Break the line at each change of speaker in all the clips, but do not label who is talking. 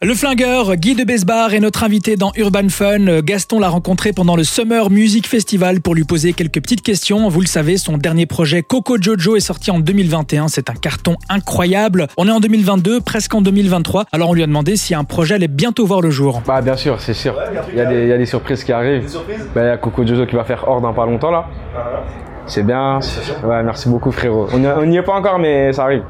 Le flingueur Guy de Besbar est notre invité dans Urban Fun. Gaston l'a rencontré pendant le Summer Music Festival pour lui poser quelques petites questions. Vous le savez, son dernier projet Coco Jojo est sorti en 2021. C'est un carton incroyable. On est en 2022, presque en 2023. Alors on lui a demandé si un projet allait bientôt voir le jour.
Bah bien sûr, c'est sûr.
Ouais, y a un truc
Il y, a
qui
des- il y a des surprises Ah, qui arrivent.
Des surprises
Bah, Il y a Coco Jojo qui va faire hors dans pas longtemps là. C'est bien. Ouais, merci beaucoup frérot. On y- on n'y est pas encore mais ça arrive.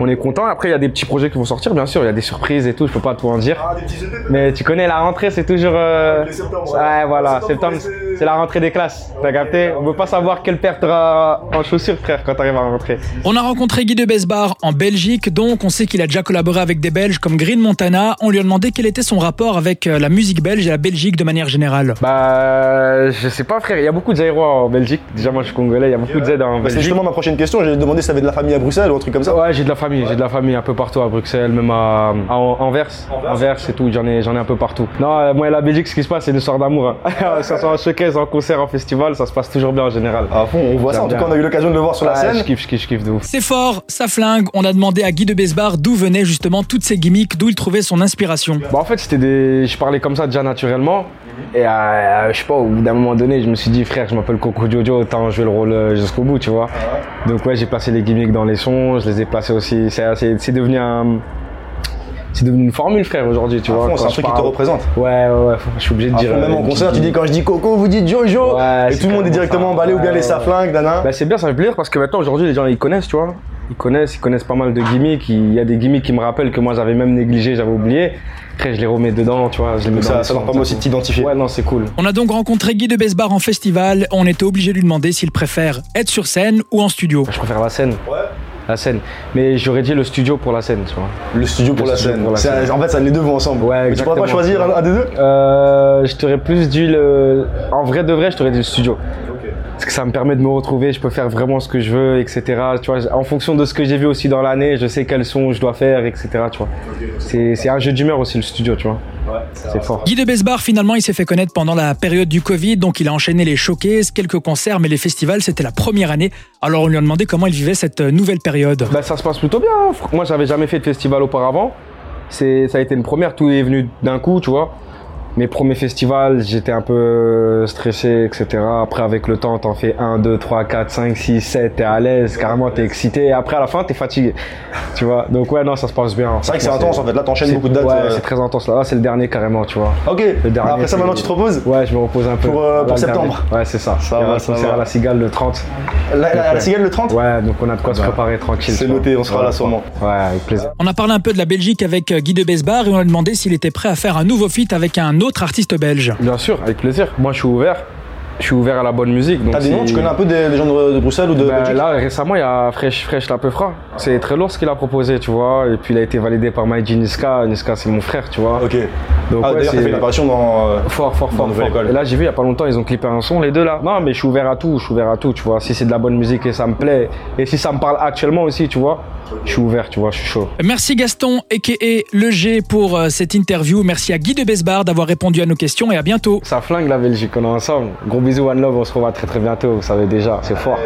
On est content. Après, il y a des petits projets qui vont sortir, bien sûr. Il y a des surprises et tout. Je peux pas tout en dire.
Ah, des petits EP peut-être
Mais tu connais la rentrée, c'est toujours. euh,
Le septembre,
Ouais, voilà. Septembre,
pour laisser-
c'est la rentrée des classes. T'as
Ok,
capté On peut pas savoir quelle paire t'auras en chaussures, frère, quand t'arrives à rentrer.
On a rencontré Guy de Besbar en Belgique, donc on sait qu'il a déjà collaboré avec des Belges comme Green Montana. On lui a demandé quel était son rapport avec euh, la musique belge et la Belgique de manière générale.
Bah, je sais pas, frère. Il y a beaucoup de Zaïrois en Belgique. Déjà, moi, je suis congolais. Il y a beaucoup de Z en
Bah, c'est
Belgique.
justement ma prochaine question. J'ai demandé si t'avais de la famille à Bruxelles ou un truc comme ça.
Ouais, j'ai de la famille, j'ai de la famille un peu partout à Bruxelles, même à, à An- Anvers,
Anvers.
Anvers et tout, j'en ai, j'en ai un peu partout. Non, euh, moi et la Belgique, ce qui se passe, c'est une histoire d'amour.
Ah,
hein. ça soit en showcase, en concert, en festival, ça se passe toujours bien en général.
À fond, on voit ça. En tout
J'aime
cas,
bien.
on a eu l'occasion de le voir Ah, sur la
Ouais, Je
scène.
kiffe, je kiffe, je kiffe de ouf.
C'est fort, ça flingue. On a demandé à Guy de Besbar d'où venaient justement toutes ces gimmicks, d'où il trouvait son inspiration.
Bah, en fait, c'était des. Je parlais comme ça déjà naturellement.
Mhm.
Et euh, je sais pas, au bout d'un moment donné, je me suis dit, frère, je m'appelle Coco Jojo, autant jouer le rôle euh, jusqu'au bout, tu vois.
Ah
Donc, ouais, j'ai placé les gimmicks dans les sons, je les ai placés aussi. C'est c'est- c'est devenu un. C'est devenu une formule, frère, aujourd'hui, tu
À
vois.
fond, c'est
quand
un
je
truc qui te
parle.
représente.
Ouais, ouais, ouais, faut- je suis obligé de
À
dire.
fond, Ah, même
euh,
en
du-
concert, tu dis quand je dis Coco, vous dites Jojo.
Ouais,
et
c'est
tout le monde est
carrément
directement
ça.
emballé ou bien
Ouais,
les
ouais.
saflingues, nana.
Bah, c'est bien, ça fait plaisir parce que maintenant, aujourd'hui, les gens ils connaissent, tu vois. Ils connaissent, ils connaissent pas mal de gimmicks. Il y a des gimmicks qui me rappellent que moi j'avais même négligé, j'avais oublié. Après, je les remets dedans, tu vois. Je les mets dans
Ça
le
ça
son,
leur permet aussi
tout.
de t'identifier.
Ouais, non, c'est cool.
On a donc rencontré Guy de Besbar en festival. On était obligé de lui demander s'il préfère être sur scène ou en studio.
Je préfère la scène, la scène. Mais j'aurais dit le studio pour la scène, tu vois.
Le studio pour
Le
la
studio
scène.
pour la
C'est-
scène.
En fait, ça les deux vont ensemble.
Ouais,
Mais tu pourrais
exactement.
pas choisir un un des deux
Euh, je t'aurais plus dit le. En vrai de vrai, je t'aurais dit le studio. Parce que ça me permet de me retrouver, je peux faire vraiment ce que je veux, etc. Tu vois, en fonction de ce que j'ai vu aussi dans l'année, je sais quels sons je dois faire, etc. Tu vois. C'est c'est un jeu d'humeur aussi le studio, tu vois. C'est fort.
Guy de Besbar, finalement, il s'est fait connaître pendant la période du Covid, donc il a enchaîné les showcases, quelques concerts, mais les festivals, c'était la première année. Alors on lui a demandé comment il vivait cette euh, nouvelle période.
Bah, ça se passe plutôt bien. hein. Fr- Moi, j'avais jamais fait de festival auparavant. C'est, ça a été une première. Tout est venu d'un coup, tu vois. Mes premiers festivals, j'étais un peu euh, stressé, etc. Après, avec le temps, t'en fais 1, 2, 3, 4, 5, 6, 7, t'es à l'aise, carrément, t'es excité. Et après, à la fin, t'es fatigué. Tu vois. Donc, ouais, non, ça se passe bien.
C'est vrai que c'est
Franchement,
intense en fait. Là, t'enchaînes
c'est-
beaucoup de dates.
Ouais,
euh.
c'est très intense. Là, Là, c'est le dernier, carrément, tu vois.
Ok.
dernier,
Après ça,
c'est-
maintenant, tu te reposes.
Ouais, je me repose un peu.
Pour, euh,
Là,
pour
le dernier.
septembre.
Ouais, c'est ça.
Ça
Il y aura
va,
le
ça
concert
va.
à la cigale le 30.
La- La la cigale le 30
Ouais, donc on a de quoi se
Bah,
préparer tranquille.
C'est
tu vois.
noté, on sera là
Ouais.
sûrement.
Ouais, avec plaisir.
On a parlé un peu de la Belgique avec euh, Guy de Besbar et on lui a demandé s'il était prêt à faire un nouveau feat avec un autre artiste belge.
Bien sûr, avec plaisir. Moi, je suis ouvert. Je suis ouvert à la bonne musique. donc
T'as des
si-
noms Tu connais un peu des des gens de de Bruxelles ou de
Bah,
Belgique
Là, récemment, il y a Fresh Fresh la Peufra. C'est très lourd ce qu'il a proposé, tu vois. Et puis, il a été validé par Maïdi Niska. Niska, c'est mon frère, tu vois.
Ok.
Donc,
Ah,
ouais,
d'ailleurs, t'as
c'est-
fait une apparition dans. euh,
Fort, fort,
Dans
fort.
Nouvelle
fort.
École.
Et là, j'ai vu il y a pas longtemps, ils ont clippé un son, les deux là. Non, mais je suis ouvert à tout, je suis ouvert à tout, tu vois. Si c'est de la bonne musique et ça me plaît, et si ça me parle actuellement aussi, tu vois, je suis ouvert, tu vois, je suis chaud.
Merci Gaston, a.k.a. Le G, pour euh, cette interview. Merci à Guy de Besbar d'avoir répondu à nos questions et à bientôt.
Euh,
Ça flingue la Belgique, on est ensemble. Gros bisous, one love, on se revoit très très bientôt, vous savez déjà, c'est fort.